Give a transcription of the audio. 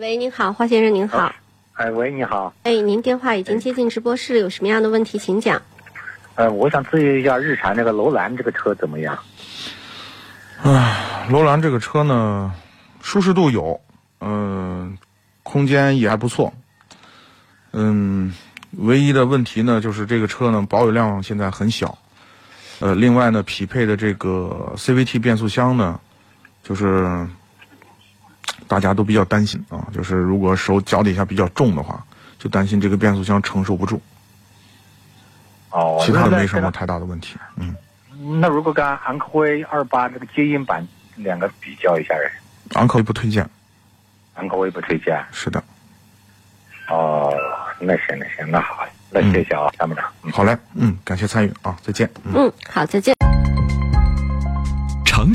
喂，您好，花先生您好。哎，喂，你好。哎，您电话已经接进直播室，有什么样的问题请讲。呃，我想咨询一下日产那个楼兰这个车怎么样？唉，楼兰这个车呢，舒适度有，嗯、空间也还不错，嗯，唯一的问题呢就是这个车呢保有量现在很小，呃，另外呢匹配的这个 CVT 变速箱呢，就是大家都比较担心啊，就是如果手脚底下比较重的话，就担心这个变速箱承受不住，哦，其他的没什那么太大的问题，嗯。那如果跟昂科威二八这个接音版两个比较一下，昂科威不推荐，昂科威不推荐。是的，哦，那行那行，那好，那谢谢啊，参谋长。嗯好嘞，嗯，感谢参与啊，再见，嗯。嗯，好，再见。长